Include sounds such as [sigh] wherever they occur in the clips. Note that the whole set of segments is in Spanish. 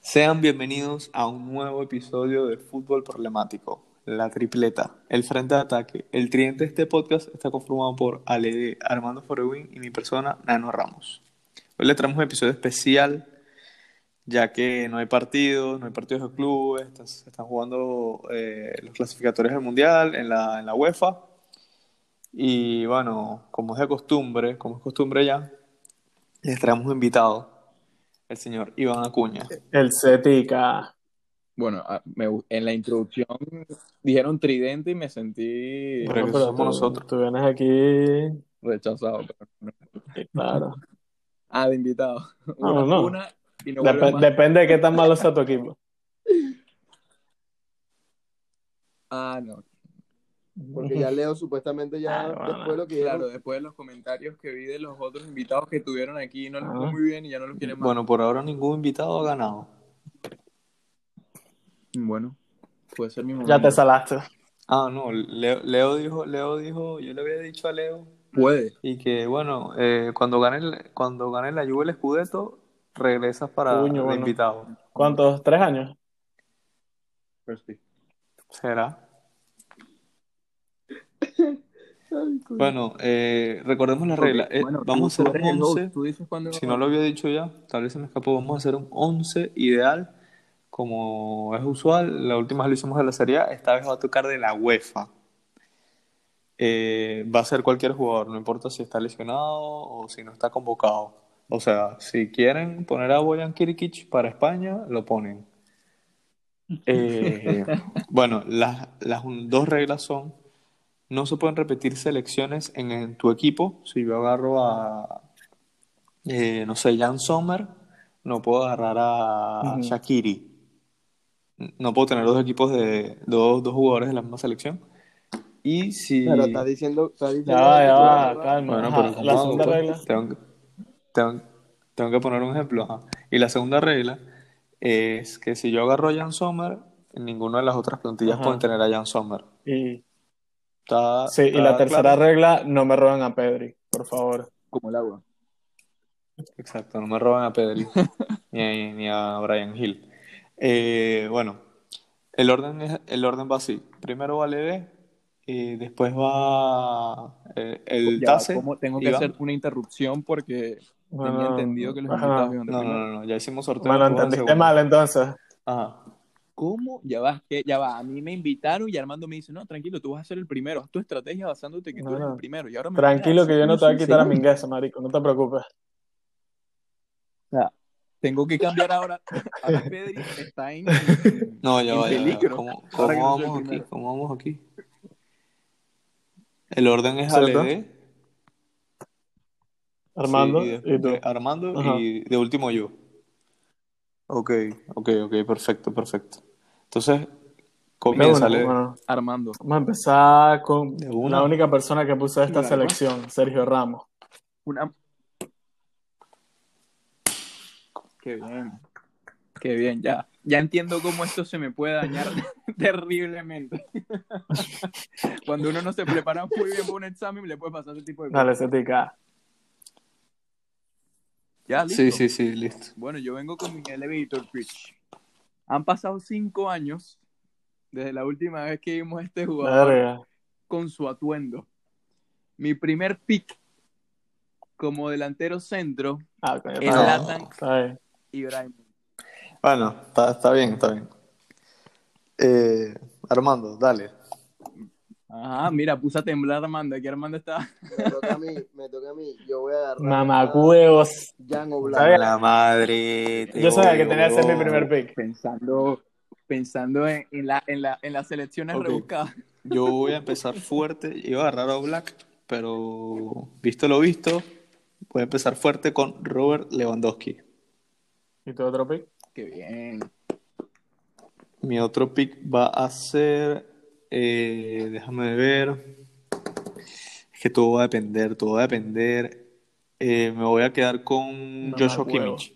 Sean bienvenidos a un nuevo episodio de Fútbol Problemático, la tripleta, el frente de ataque. El tridente de este podcast está conformado por Ale, Armando Forewin y mi persona, Nano Ramos. Hoy le traemos un episodio especial, ya que no hay partidos, no hay partidos de clubes, están, están jugando eh, los clasificatorios del Mundial en la, en la UEFA. Y bueno, como es de costumbre, como es costumbre ya, les traemos un invitado el señor Iván Acuña. El CETICA. Bueno, ah, me, en la introducción dijeron tridente y me sentí bueno, pero somos nosotros, tú vienes aquí rechazado. Pero no. Claro. Ah, de invitado. [laughs] No, una, no. Una y no Dep más. Depende de qué tan malo sea tu equipo. Ah, no. Porque ya leo supuestamente ya ah, bueno, después de lo que Claro, yo... después de los comentarios que vi de los otros invitados que tuvieron aquí, no les fue ah. muy bien y ya no los quieren más. Bueno, por ahora ningún invitado ha ganado. Bueno, puede ser mi momento. Ya te salaste. Ah, no, Leo, Leo, dijo, Leo dijo, yo le había dicho a Leo. Puede. Y que bueno, eh, cuando gane el, cuando gane la lluvia el escudeto, regresas para Uño, el bueno. invitado. ¿Cuántos? ¿Tres años? Perfect. ¿Será? [laughs] Bueno, eh, recordemos la regla. Eh, bueno, vamos tú, a hacer un 11. Tú dices cuándo si no lo había dicho ya, tal vez se me escapó. Vamos a hacer un 11 ideal, como es usual. La última vez lo hicimos de la Serie A. Esta vez va a tocar de la UEFA. Eh, va a ser cualquier jugador, no importa si está lesionado o si no está convocado. O sea, si quieren poner a Boyan Kirkic para España, lo ponen. Eh, bueno, las, las dos reglas son no se pueden repetir selecciones en, en, tu equipo. Si yo agarro a, eh, no sé, Jan Sommer, no puedo agarrar a, uh -huh. a Shakiri. No puedo tener dos equipos de dos, dos jugadores de la misma selección. Y si. Pero estás diciendo. Está diciendo ya, ya, va, calma. Bueno, pero ajá, la no, segunda pues, regla. Tengo, tengo, tengo, que poner un ejemplo. Ajá. Y la segunda regla es que si yo agarro a Jan Sommer, en ninguna de las otras plantillas ajá. pueden tener a Jan Sommer. Y... Está, sí, está y la tercera claro. regla, no me roban a Pedri, por favor. Como el agua. Exacto, no me roban a Pedri, ni, a, ni, a, Brian Hill. Eh, bueno, el orden, es, el orden va así. Primero va Leve, y después va eh, el ya, Tase. ¿cómo tengo que hacer una interrupción porque bueno, Ah, tenía entendido que los invitados No, no, no, no, ya hicimos sorteo. Bueno, entendiste mal entonces. Ajá. ¿cómo? Ya va, que ya va. A mí me invitaron y Armando me dice, no, tranquilo, tú vas a ser el primero. Haz tu estrategia basándote que no, tú eres el primero. Y ahora me tranquilo que yo no te voy a quitar a mi ingreso, marico. No te preocupes. Ya. Tengo que cambiar ahora. [laughs] Ahora Pedri [laughs] está en, no, ya en va, peligro. Ya, [laughs] ¿Cómo, cómo no vamos aquí? ¿Cómo vamos aquí? El orden es ALD. Armando, sí, y de, ¿Y Armando Ajá. y de último yo. Ok, ok, ok, perfecto, perfecto. Entonces, comienza bueno, Armando. Vamos a empezar con la única persona que puso esta claro. selección, Sergio Ramos. Una... Qué bien. Qué bien, ya. Ya entiendo cómo esto se me puede dañar [laughs] terriblemente. [laughs] Cuando uno no se prepara muy bien para un examen, le puede pasar ese tipo de cosas. Dale, CTK. ¿Ya, listo? Sí, sí, sí, Ah, listo. Bueno, yo vengo con mi elevator pitch. Han pasado cinco años desde la última vez que vimos a este jugador Larga. con su atuendo. Mi primer pick como delantero centro ah, okay, es Latan no, Ibrahim. Bueno, está, está, bien, está bien. Eh, Armando, dale. Ajá, mira, puse a temblar a Armando. Aquí Armando está. Me toca a mí, me toca a mí. Yo voy a agarrar. Mamacuevos. Jan Oblak. La madre. Yo sabía que tenía que ser mi primer pick. Pensando, pensando en, en la, en, la, en las selecciones okay. rebuscadas. Yo voy a empezar fuerte. Iba a agarrar a Black, pero visto lo visto, voy a empezar fuerte con Robert Lewandowski. ¿Y tu otro pick? Qué bien. [laughs] Mi otro pick va a ser. Eh, déjame ver. Es que todo va a depender, todo va a depender. Eh, me voy a quedar con no Joshua Kimmich.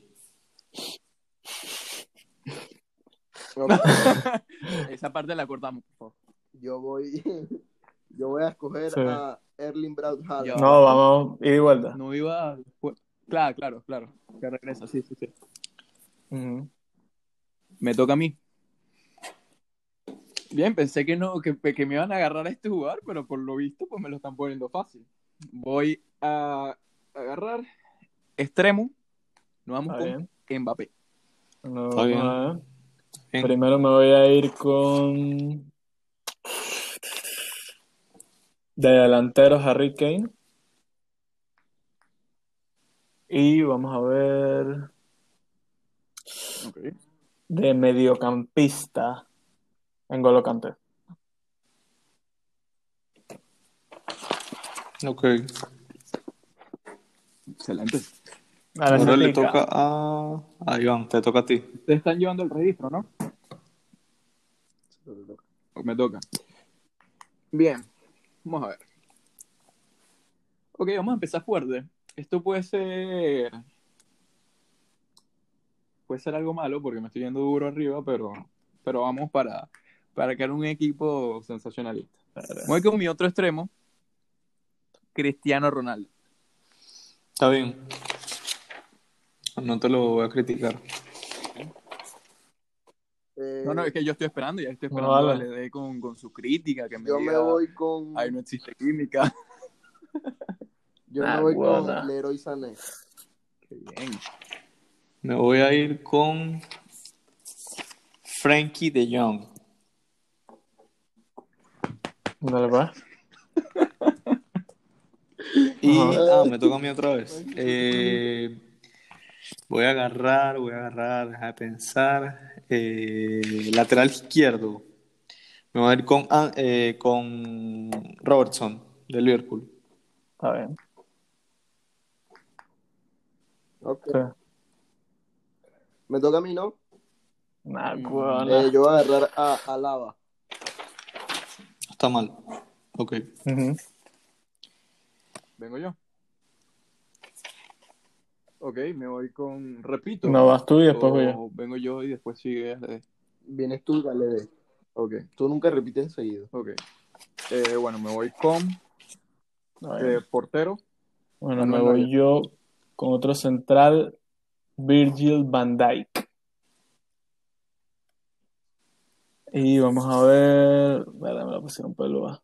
Esa parte la cortamos, por favor. Yo voy, [laughs] yo voy a escoger sí. a Erling Braut Haaland. No, vamos, y vuelta. No iba. A... Claro, claro, claro. Que regresa, sí, sí, sí. Uh -huh. Me toca a mí. Bien, pensé que no, que, que me iban a agarrar a este jugador, pero por lo visto, pues me lo están poniendo fácil. Voy a agarrar extremo. Nos vamos Está con Mbappé. No, Está bien. no, eh. Bien. Primero me voy a ir con. De delantero Harry Kane. Y vamos a ver. De mediocampista. En Kanté. Ok. Excelente. A la Ahora le Citica. toca a... a Iván, te toca a ti. Ustedes están llevando el registro, ¿no? Me toca. Bien, vamos a ver. Ok, vamos a empezar fuerte. Esto puede ser. Puede ser algo malo porque me estoy yendo duro arriba, pero, pero vamos para, para crear un equipo sensacionalista. Voy con mi otro extremo, Cristiano Ronaldo. Está bien. No te lo voy a criticar. Eh, No, no, es que yo estoy esperando, ya estoy No, esperando que vale. le dé con, con su crítica, que me yo me diga, voy con. "Ay, no existe química. Yo Ah, me voy guarda. con Leroy Sané. Qué bien. Me voy a ir con Frankie de Jong. Dale, pues. va. Y Ajá. ah, me toca a mí otra vez. Eh, voy a agarrar, voy a agarrar, a pensar. Eh, lateral izquierdo. Me voy a ir con, ah, eh, con Robertson de Liverpool. Está bien. Ok. Sí. Me toca a mí, ¿no? Nah, Mm, guarda. Eh, yo voy a agarrar a Alaba. No Está mal. Ok. Ujú. Vengo yo. Ok, me voy con. Repito. No vas tú y después voy yo. O Vengo yo y después sigue. eh, Vienes tú, dale. ve. Ok, Tú nunca repites seguido. [laughs] ok. Eh, bueno, me voy con Está bien. eh, portero. Bueno, Manuel me voy Neuer. yo con otro central, Virgil van Dijk. Y vamos a ver. Vale, me la pusieron peluda.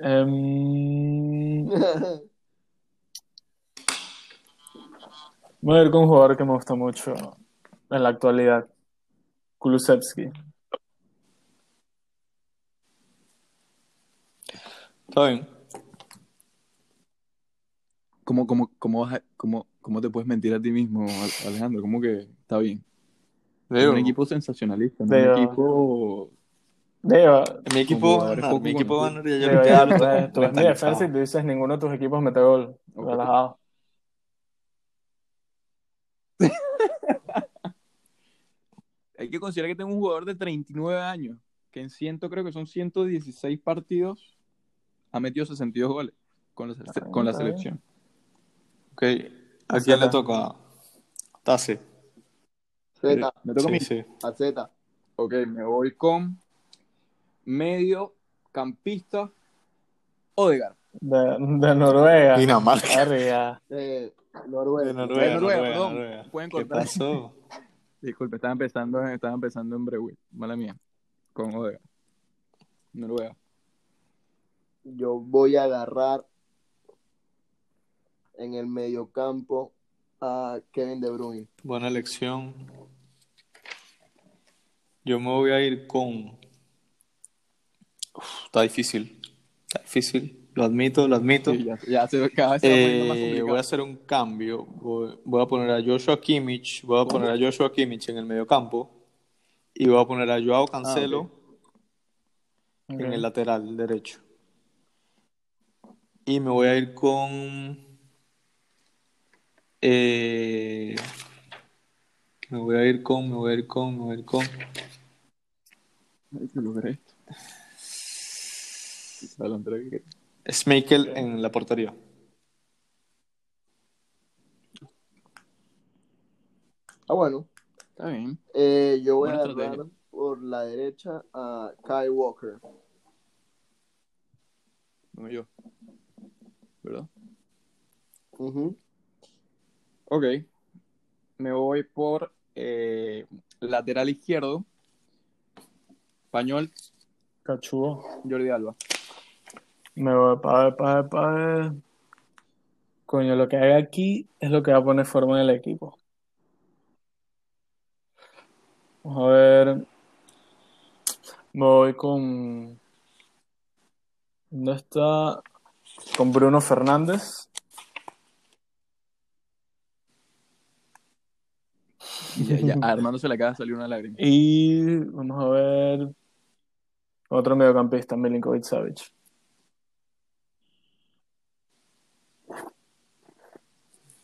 Em, voy a ir con un jugador que me gusta mucho en la actualidad, Kulusevski. Está bien. ¿Cómo, cómo, cómo, vas a- cómo, cómo te puedes mentir a ti mismo, Al- Alejandro? ¿Cómo que está bien? Es Digo, un equipo sensacionalista, ¿no? Digo. un equipo. Debo, mi equipo va a jugadores ganar. poco Mi equipo va a ganar. y yo debo estoy ya, harto, [laughs] tú ves- eh, tú ves mi defensa mentalizado. y tú dices ninguno de tus equipos mete gol. Ok. Relajado. Hay que considerar que tengo un jugador de 39 años, que en ciento creo que son 116 partidos, ha metido 62 goles con la, Está bien, con la Ah, está bien. selección. Ok. ¿A Así quién le está. toca? Tase. Z, Me toca a mí. Sí, sí. a Z. Ok, me voy con medio campista Odegar. De, de Noruega. Dinamarca. Arriba. Eh, Noruega. De Noruega, De Noruega, Noruega, perdón. Noruega. Pueden ¿Qué cortar. pasó? Disculpe, estaba empezando, estaba empezando en Brewin, mala mía, con Odegar. Noruega. Yo voy a agarrar en el mediocampo a Kevin De Bruyne. Buena elección. Yo me voy a ir con... Uf, está difícil. Está difícil. Lo admito, lo admito. Sí, ya, ya se, cada vez se va poniendo más Eh, voy a complicado. hacer un cambio. Voy, voy a poner a Joshua Kimmich. Voy a poner a Joshua Kimmich en el mediocampo. Y voy a poner a Ah, Joao Cancelo en Ok. el lateral derecho. Y me voy a ir con. eh, me voy a ir con, me voy a ir con, me voy a ir con. Ay, que logré esto. Adelante, lo que quería. Schmeichel en la portería. Ah, bueno. Está bien. Eh, yo voy Buena a agarrar estrategia. por la derecha a Kai Walker. No yo. ¿Verdad? Ujú. Ok. Me voy por eh, lateral izquierdo, español, Cachudo. Jordi Alba. Me voy pa' pa' pa' Coño, lo que hay aquí es lo que va a poner forma en el equipo. Vamos a ver. Me voy con. ¿Dónde está? Con Bruno Fernández. Y ya- [laughs] ya, a Armando se le acaba de salir una lágrima. Y vamos a ver. Otro mediocampista, Milinkovic Savic.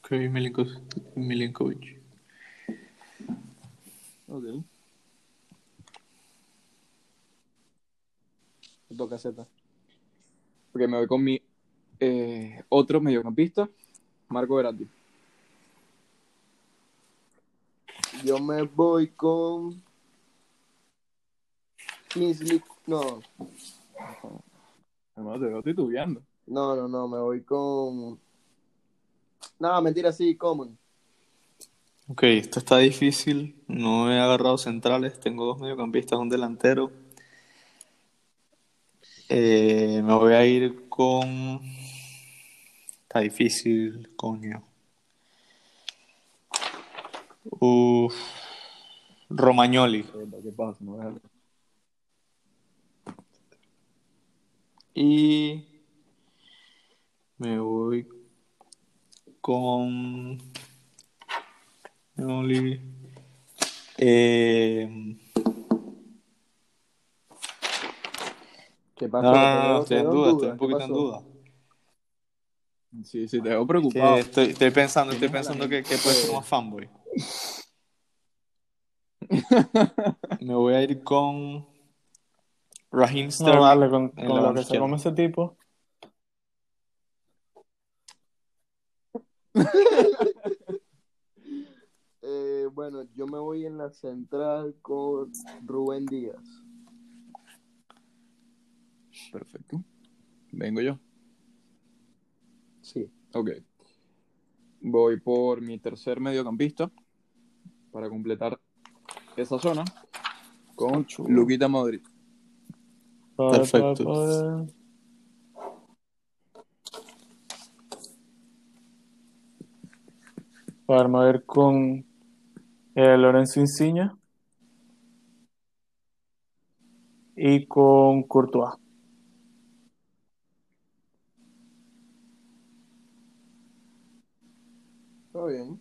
Kevin Milinko- Milinkovic. Ok. Me toca Z. Porque me voy con mi eh, otro mediocampista, Marco Verratti. Yo me voy con. Kingsley. No, Hermano, te veo titubeando. no, no, no, me voy con. No, mentira, sí, Common. Ok, esto está difícil. No he agarrado centrales. Tengo dos mediocampistas, un delantero. Eh, me voy a ir con. Está difícil, coño. Uf. Romagnoli. ¿Qué pasa? No, déjalo. Y me voy con Oli. Eh, ¿Qué no, pasó? no, no, no, Te veo- estoy te en veo duda, estoy un ¿Qué poquito en pasó? Uh, duda. Sí, sí, te veo Que preocupado. estoy, estoy pensando, estoy Tienes a la pensando que, que puede ser más [laughs] fanboy. Me voy a ir con Raheem No, Sterling. vale, con, en con la lo banda que se come ese tipo. Eh, bueno, yo me voy en la central con Rubén Díaz. Perfecto. Vengo yo. Sí. Ok. Voy por mi tercer mediocampista para completar esa zona con Luquita Modric. Pa' ver, pa' ver, Perfecto. pa' ver. Pa' ver, me voy a ir con eh, Lorenzo Insigne y con Courtois. Está bien.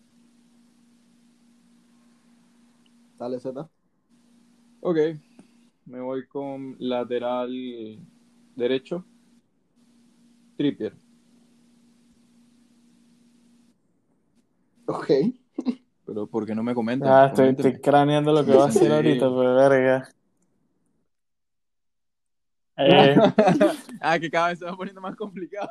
Dale, Z. Ok. Me voy con lateral derecho. Trippier. Ok. Pero ¿por qué no me comentan? Ah, estoy, estoy Coméntenme. craneando lo que va a hacer Sí. ahorita, pero verga. Eh, ah, que cada vez se va poniendo más complicado.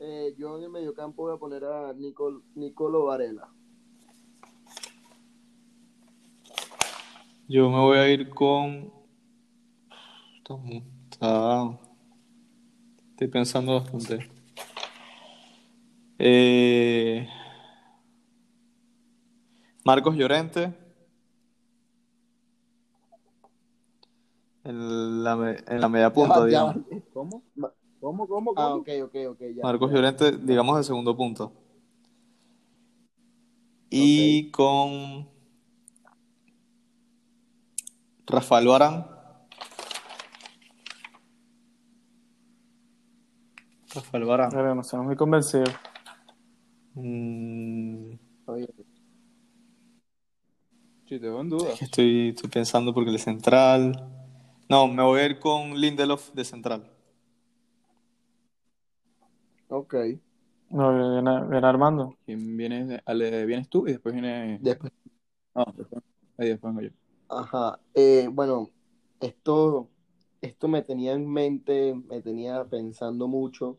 Eh, yo en el mediocampo voy a poner a Nicol Nicolo Varela. Yo me voy a ir con. Está mu- está- Estoy pensando bastante. Eh, Marcos Llorente. En la, me- en la media punta, [laughs] Ya, ya. digamos. [laughs] ¿Cómo? ¿Cómo, cómo, Ah, ok, ok, ok, ya. Marcos Llorente, digamos, de segundo punto. Y con Rafael Barán. Rafael Barán. verga, no estamos muy convencidos. Mm, Está bien. Sí, te veo en duda. estoy, estoy pensando porque el central. No, me voy a ir con Lindelof de central. Ok. No, viene, viene Armando. ¿Quién viene? Ale, vienes tú y después viene. Después. Ah, después. Ahí después vengo yo. Ajá. Eh, bueno, esto, esto me tenía en mente, me tenía pensando mucho.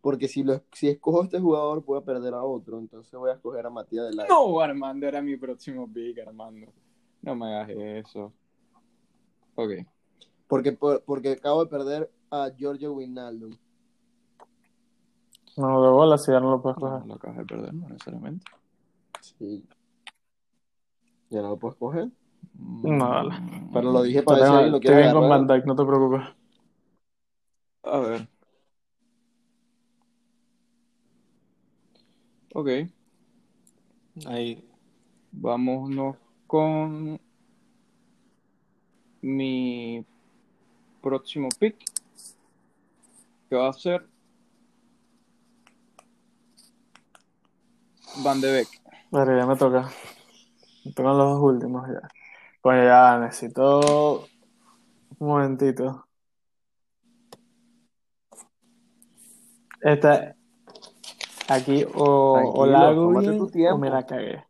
Porque si, lo, si escojo a este jugador, voy a perder a otro. Entonces voy a escoger a Matías del Aro. No, Armando era mi próximo pick, Armando. No me hagas eso. Ok. Porque, por- porque acabo de perder a Giorgio Wijnaldum. No, de bola, si ya no lo puedes coger. No, lo acabas de perder, no necesariamente. Sí. Ya no lo puedo escoger. No, vale. Mm. Pero lo dije para Estoy ver si alguien bien, lo quiere con Van agarrar. Dyke, no te preocupes. A ver. Ok, Ahí. vámonos con mi próximo pick, que va a ser Van de Beek. Vale, ya me toca. Me tocan los dos últimos ya. Coño, ya necesito un momentito. Esta aquí o, o la Tranquilo, hago tómate bien tu tiempo. o me la cagué.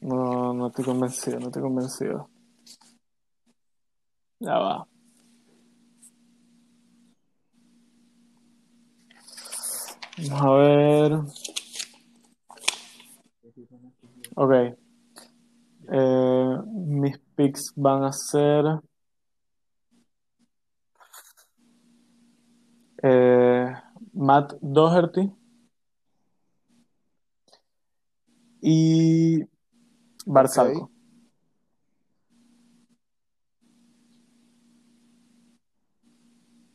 No, no estoy convencido, no estoy convencido. Ya va. Vamos a ver. Ok. Eh, mis picks van a ser. eh, Matt Doherty. Y. Barzalco. Ok.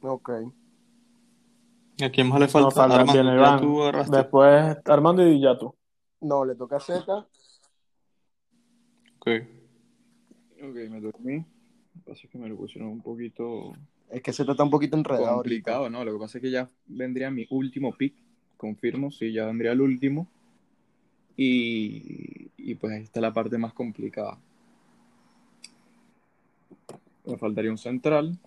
Ok. ¿A quién más le No, falta? falta Armando, bien, ya Iván. tú agarraste. Después Armando y ya tú. No, le toca a Z. Ok. Ok, me dormí. Lo que pasa es que me lo pusieron un poquito Es que Z está un poquito enredado ahorita. complicado, ¿no? Lo que pasa es que ya vendría mi último pick, confirmo, sí, ya vendría el último. Y, y pues ahí está la parte más complicada. Me faltaría un central.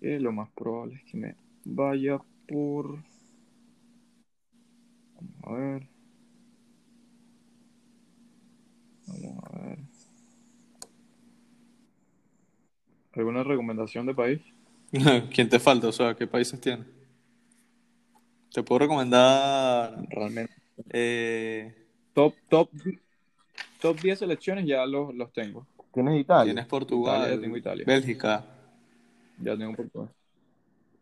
Eh, lo más probable es que me vaya por... Vamos a ver. Vamos a ver. ¿Alguna recomendación de país? [laughs] ¿Quién te falta? O sea, ¿qué países tienes? Te puedo recomendar Realmente. eh, Top, top, top 10 selecciones ya los, los tengo. ¿Tienes Italia? Tienes Portugal, Italia, tengo Italia. Bélgica, Ya tengo Portugal.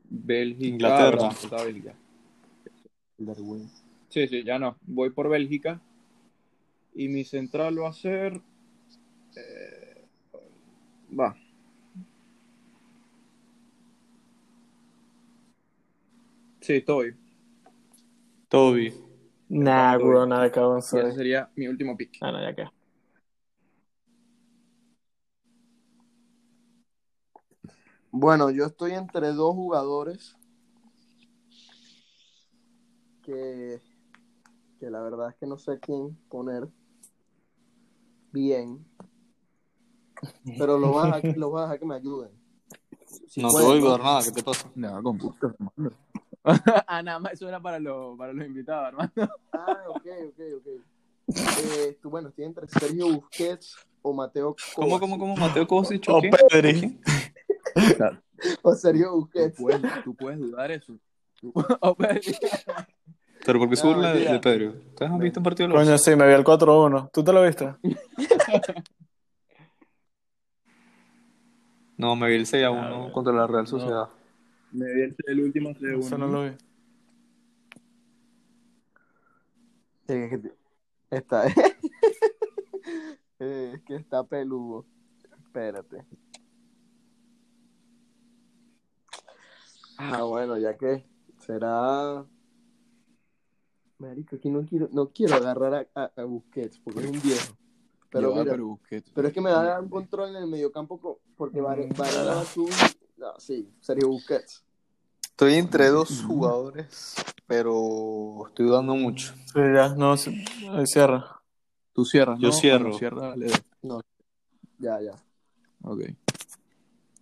Bélgica. Inglaterra. ahora me falta Bélgica. Sí, sí, ya no. Voy por Bélgica. Y mi central va a ser. eh, va. Sí, estoy. Toby. Nah, Estoy. bro, nada, cabrón, Y ese soy. sería mi último pick. Ah, no, ya queda. Bueno, yo estoy entre dos jugadores que, que la verdad es que no sé quién poner bien. Pero los voy a dejar, que- los voy a dejar que me ayuden. Si No te pueden, voy a ¿no? ayudar nada, ¿qué te pasa? No, con gusto, hermano. [laughs] ah, nada más, eso era para, los- para los invitados, hermano. Ah, ok, ok, ok. Eh, tú, bueno, estoy entre Sergio Busquets o Mateo Kovacic. ¿Cómo, cómo, cómo? Mateo Kovacic, O ¿qué? Pedri. ¿Quién? O Sergio Tú Busquets. puedes, tú puedes dudar eso. Tú- [laughs] Oh, pero- Pero porque se No, burla de, mentira. de Pedro. ¿Ustedes han visto un partido de los Coño, sí, me vi el 4-1. ¿Tú te lo viste? No, me vi el 6 a 1 Ah, bueno. contra la Real Sociedad. Me vi el, el último Eso no segundo. lo vi. Sí, es que te- Está. [laughs] Eh, es que está peludo. Espérate. Ah, bueno, ya que será. Marico, aquí no quiero, no quiero agarrar a, a- a Busquets porque es un viejo. Pero ah, mira, pero... es que me va a dar un control en el mediocampo co- porque Vare- Varela va a subir. No, sí, Sergio Busquets. Estoy entre dos jugadores, pero estoy dudando mucho. Sí, ya, no, sí. Ahí cierra. Tú cierras, Yo ¿no? cierro. Ah, no, cierra, dale. Ya, ya. Ok.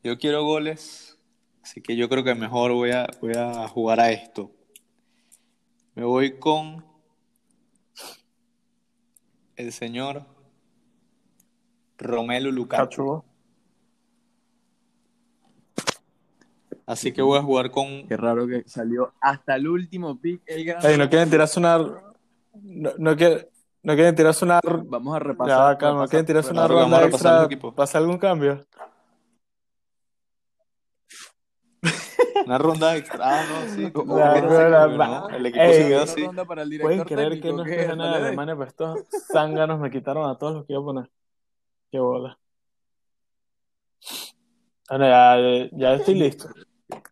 Yo quiero goles, así que yo creo que mejor voy a, voy a jugar a esto. Me voy con el señor Romelu Lukaku. Cachugo. Así que voy a jugar con Qué raro que salió hasta el último pick el gran- Ey, no quieren tirarse una. No, no, quieren, no quieren tirarse una. Ya, Vamos a repasar. va, calma, no quieren tirarse una Claro que vamos ronda a repasar extra. los equipos. ¿Pasa algún cambio? Una ronda extra. Ah, no, [laughs] sí. La Hubiera sido ronda- bueno, ¿no? El equipo Ey, se quedó Una así. ronda para el Pueden director creer que técnico, no ¿qué? escuché nada de Dale. Alemania, pero estos zánganos me quitaron a todos los que iba a poner. Qué bola. Bueno, ya, ya estoy listo.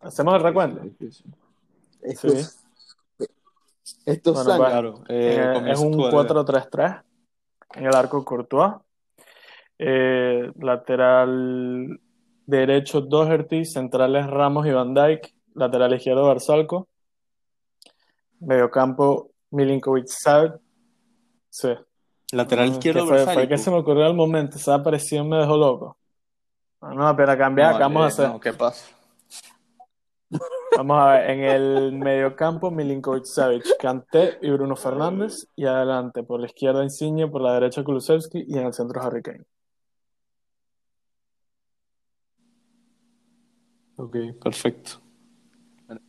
Hacemos el recuento. Estos, estos Bueno, zánganos. Claro. eh, Eh, es comienza un tú, Ale. 4-3-3 en el arco Courtois. Eh, lateral derecho Doherty, centrales Ramos y Van Dijk, lateral izquierdo Barzalco, mediocampo Milinkovic Savic. Sí. Lateral Mm, izquierdo, que fue, fue Bersalico. que se me ocurrió al momento, esa aparición me dejó loco. Ah, No, pero cambiar, No, ¿qué vamos a eh, hacer? No, ¿qué pasa? Vamos a ver, en el mediocampo Milinkovic Savic, Kanté y Bruno Fernández, y adelante, por la izquierda Insigne, por la derecha Kulusevski y en el centro Harry Pues Kane. Ok, perfecto. [laughs]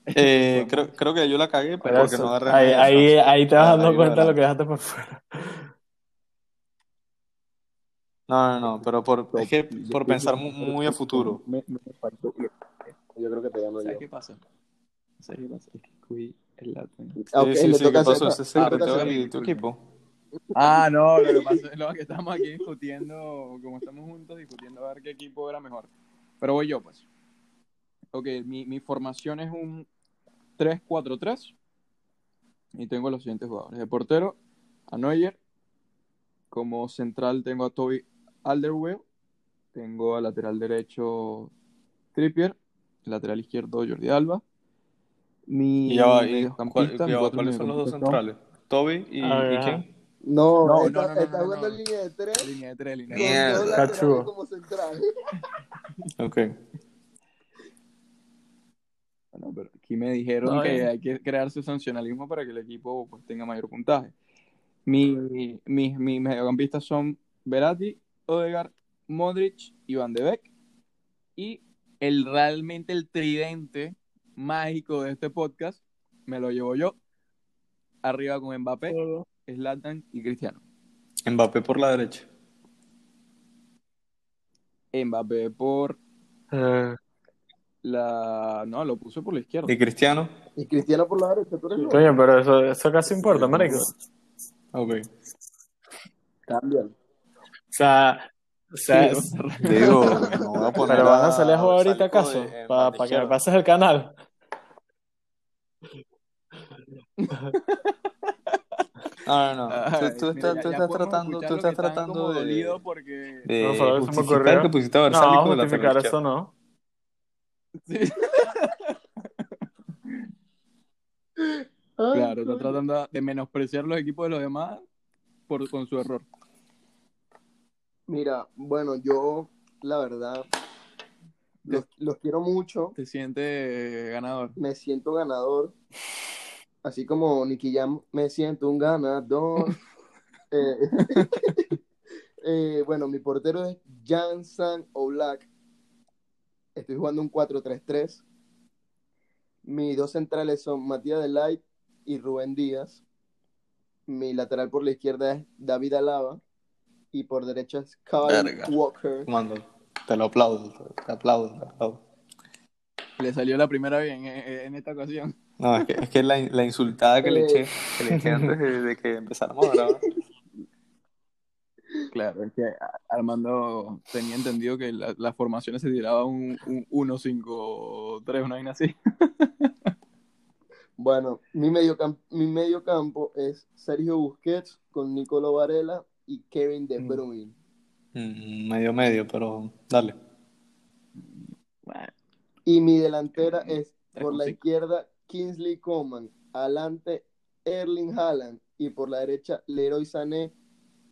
Eh, creo, creo que yo la cagué pero porque Eso. no agarré ahí, nada de ahí, eso. ahí te vas Ah, dando ahí lo cuenta de verás. lo que dejaste por fuera. No, no, no, pero por, es que por pensar mu- muy, a futuro. Me- me faltó- Yo creo que te gano yo. ¿Sabes qué pasa? ¿Sabes qué pasa? Es que Cuy es la Sí, Ah, Ok, sí, le sí, toca ¿qué hacer pasó? Ese esta. es el Ah, le toca reto hacer- de tu equipo. Ah, no, lo que pasa es lo que estamos aquí discutiendo, como estamos juntos discutiendo a ver qué equipo era mejor. Pero voy yo, pues. Ok, mi, mi formación es un 3-4-3 y tengo los siguientes jugadores. De portero, a Neuer. Como central tengo a Toby Alderweireld. Tengo al lateral derecho Trippier. Lateral izquierdo Jordi Alba. Mi Y ya va, y cuál- mediocampista, ya mis va, otros ¿cuáles son los dos mediocampistas son- centrales? ¿Toby y, Ah, y ya. quién? No, No, está, no, no, está no, jugando no. en línea de tres. Línea de tres, línea de tres. Mierda. Con dos laterales Cachudo. como central. [laughs] Ok. Bueno, pero aquí me dijeron No, que bien. hay que crear su sancionalismo para que el equipo pues, tenga mayor puntaje. Mi- mis, mis mediocampistas son Verratti, Odegaard, Modric y Van de Beek. Y el, realmente el tridente mágico de este podcast me lo llevo yo. Arriba con Mbappé, Zlatan y Cristiano. Mbappé por la derecha. Mbappé por Eh, la... No, lo puse por la izquierda. ¿Y Cristiano? Y Cristiano por la derecha, tú eres loco. coño, pero eso, eso casi importa, marico. O Ok. Cambian. sea, o sea, Sí, o es- sea, Digo, no voy a poner pero van a salir a jugar ahorita Bersalico acaso, de- en para banda que me izquierda. pases el canal. No, no, no. [laughs] Ay, Tú, tú Ah, mira, estás, tú ya- ya estás podemos tratando, escuchar tú lo que estás están como tratando de, dolidos porque... de No, pero se me justificar ocurrió. que pusiste a Bersalico No, de lateral justificar izquierdo. eso no. Sí, Ay, claro, está coño. tratando de menospreciar los equipos de los demás por, con su error. Mira, bueno, yo, la verdad, los, los quiero mucho. Te siente eh, ganador. Me siento ganador. Así como Nicky Jam, me siento un ganador. Eh, [laughs] eh, bueno, mi portero es Jansan Oblak. Estoy jugando un 4-3-3. Mis dos centrales son Matías Delight y Rubén Díaz. Mi lateral por la izquierda es David Alaba. Y por derecha es Kyle Verga. Walker. Mando, te lo aplaudo, te aplaudo, te aplaudo. Le salió la primera bien eh, eh, en esta ocasión. No, es que, es que la, la insultada que le Eh. eché, que le eché antes de, de que empezáramos a grabar. [laughs] Claro, es que a- Armando tenía entendido que la- las formaciones se tiraba un, un 1-5-3, una vaina así. [laughs] Bueno, mi medio, mi medio campo es Sergio Busquets con Nicolo Varela y Kevin De Mm. Bruyne. Mm, Medio medio, pero dale. Y mi delantera es Tres por con la cinco. izquierda Kingsley Coman, adelante Erling Haaland y por la derecha Leroy Sané,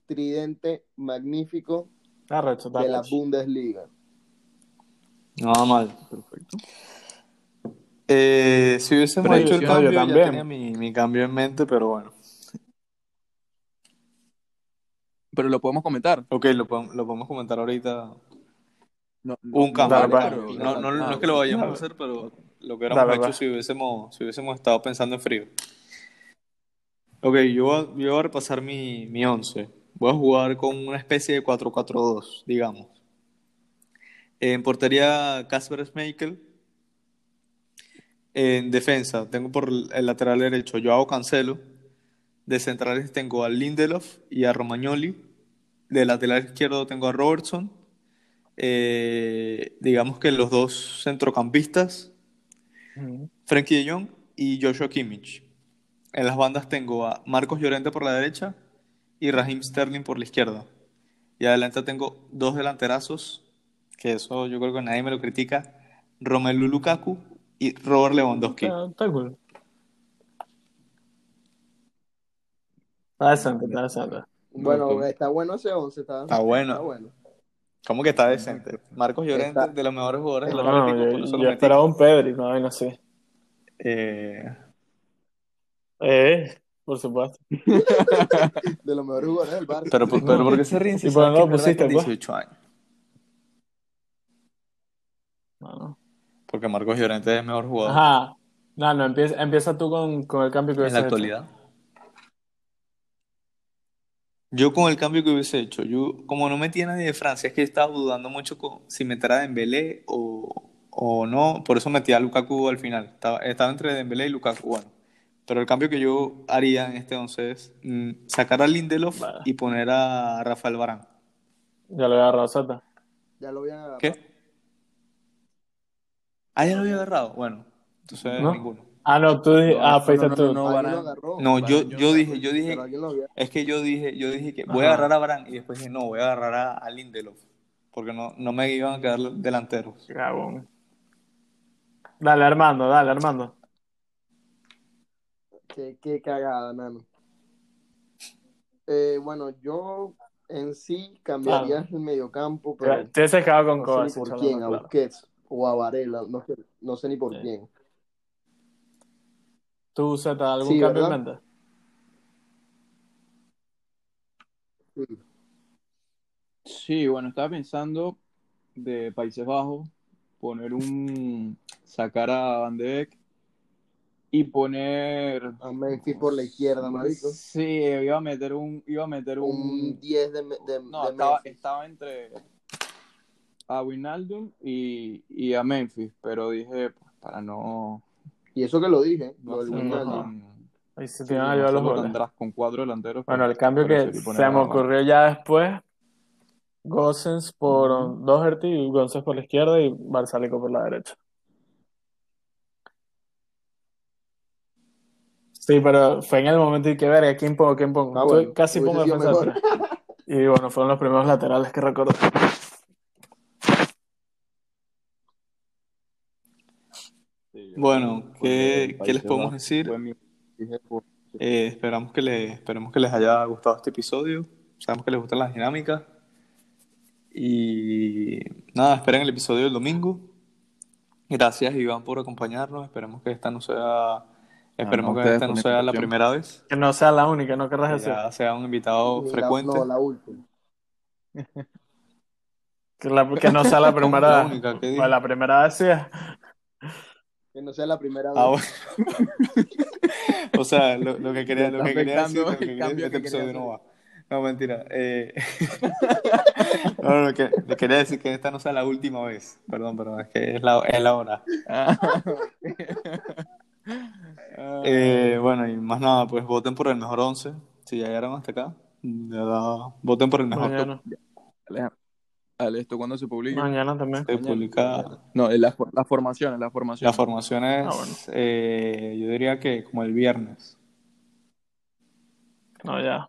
tridente magnífico Está arrecho, está de la arrecho. Bundesliga. Nada mal. Perfecto. Eh, si hubiésemos Pero hecho el yo- cambio, yo ya también. tenía mi, mi cambio en mente, pero bueno. Pero lo podemos comentar. Ok, lo, podemos- lo podemos comentar ahorita. No, no, Un cambio. Dale, claro. pero- no, no, no Ah, es que lo vayamos dale. a hacer, pero lo que hubiéramos Dale, hecho va. si hubiésemos, si hubiésemos estado pensando en frío. Ok, yo, voy a- yo voy a repasar mi, mi 11. Voy a jugar con una especie de 4-4-2, digamos. En portería, Casper Schmeichel. En defensa, tengo por el lateral derecho Joao Cancelo. De centrales tengo a Lindelof y a Romagnoli. De lateral izquierdo tengo a Robertson. Eh, digamos que los dos centrocampistas, Frankie de Jong y Joshua Kimmich. En las bandas tengo a Marcos Llorente por la derecha y Raheem Sterling por la izquierda. Y adelante tengo dos delanterazos, que eso yo creo que nadie me lo critica, Romelu Lukaku y Robert Lewandowski. Está, está cool. Está decente, está decente. Bueno, Ok. está bueno ese 11, está, Está bueno. está bueno. ¿Cómo que está decente? Marcos Llorente, Está- de los mejores jugadores No, del Atlético. yo, por eso yo lo metí. Ah, esperaba un Pedri, no, no sé. Eh, Eh, por supuesto. De los mejores jugadores del Barça. pero, por- pero ¿por qué se ríen si ¿Y por saben qué no que es verdad que pusiste, pues? 18 años? No, no. Porque Marcos Llorente es el mejor jugador Ajá. No, no, empieza, empieza tú con, con el cambio que en la hubieses hecho. actualidad. Yo con el cambio que hubiese hecho, yo como no metí a nadie de Francia, es que estaba dudando mucho con, si meter a Dembélé o, o no, por eso metí a Lukaku al final. Estaba, estaba entre Dembélé y Lukaku, bueno. Pero el cambio que yo haría en este once es mm, sacar a Lindelof Vale. y poner a Rafael Varane. Ya lo había agarrado Sata. Ya lo habían agarrado. ¿Qué? Ah, ya lo había agarrado. Bueno, entonces ¿No? ninguno. Ah, no, tú dijiste, No, ah, no, fuiste no, tú. no, Alguien Varane. lo agarró. No, yo, Varane, yo dije, yo dije, Pero alguien lo había. es que yo dije, yo dije que voy a Ajá. agarrar a Varane y después dije, no, voy a agarrar a, a Lindelof, porque no, no me iban a quedar delanteros. Cagón. Dale, Armando, dale, Armando. Qué, qué cagada, nano. Eh, bueno, yo en sí cambiaría el mediocampo, pero Te has cagado con no sé ni Kovacic. por chamo, quién, a claro. Busquets o a Varela, no sé, no sé ni por Sí. quién. ¿Tú, Zeta, algún Sí, cambio ¿verdad? en mente? Sí, bueno, estaba pensando de Países Bajos, poner un. sacar a Van de Beek y poner. A Memphis por la izquierda, marico. Sí, iba a meter un. iba a meter Un un. 10 de, me- de, No, de estaba, Memphis. estaba entre. a Wijnaldum y, y a Memphis, pero dije, pues, para no. Y eso que lo dije, no lo del hacerlo Wijnaldum. tan- Ahí se sí, te no van a llevar los hacerlo tan goles. dras- con cuatro delanteros. Bueno, el cambio que preferí poner se a me Varane. ocurrió ya después, Gosens por Doherty, y González por la izquierda y Barzalico por la derecha. Sí, pero fue en el momento y que verga, ¿quién pongo? ¿Quién pongo? Ah, Tú bueno, casi hubiese pongo sido defensa de mejor. tres. Y bueno, fueron los primeros laterales que recuerdo. Sí, yo Bueno, creo que ¿qué, Países qué les podemos Bajos decir? fue mi- dije, [laughs] pues, Eh, esperamos que les, esperemos que les haya gustado este episodio. Sabemos que les gustan las dinámicas. Y nada, esperen el episodio del domingo. Gracias, Iván, por acompañarnos. Esperemos que esta no sea, esperemos no, que ustedes esta no por la sea la invitación. primera vez. Que no sea la única, no querrás Que decir. ya sea un invitado Ni la- frecuente. no, la última. Que, la- que no sea la primera La única, ¿qué dije? Pues la primera vez sí. Que no sea la primera Ah, vez. bueno. [laughs] o sea, lo, lo que quería, lo Está que quería decir, afectando lo que el quería decir, cambio este que quería episodio no va. No, mentira. Eh, [laughs] no, lo que, lo quería decir que esta no sea la última vez. Perdón, perdón, es que es la, es la hora. Ah, Eh, bueno, y más nada, pues voten por el mejor 11. Si ya llegaron hasta acá, de verdad, voten por el mejor que Mañana. Alejandro, Ale, ¿esto cuándo se publica? Mañana también. se publica. No, eh, las, las formaciones, las La formaciones. formación es, Ah, bueno. eh, yo diría que como el viernes. No, ya.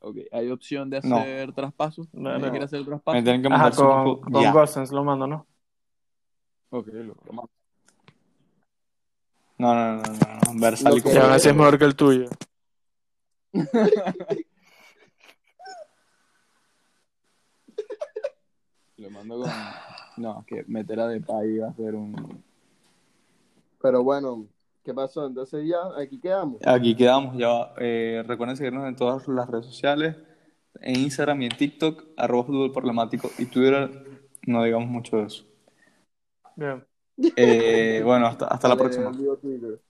Ok, ¿Hay opción de No. hacer traspasos? No, ¿Alguien no. quiere hacer Me traspasos? tienen que mandar Ajá, su con, equipo con ya. Gosens lo mando, ¿no? Ok, lo tomamos. No, no, no, no, no, no. Versali Lo como que- Y aún el- así es mejor que el tuyo. Lo mando con. [sighs] No, que meter a Depay va a ser un. Pero bueno, ¿qué pasó? Entonces ya, aquí quedamos. Aquí quedamos, ya va. Eh, recuerden seguirnos en todas las redes sociales, en Instagram y en TikTok, arroba fútbol problemático y Twitter, no digamos mucho de eso. Bien. Eh, bueno, hasta, hasta la Dale, próxima. amigo Twitter.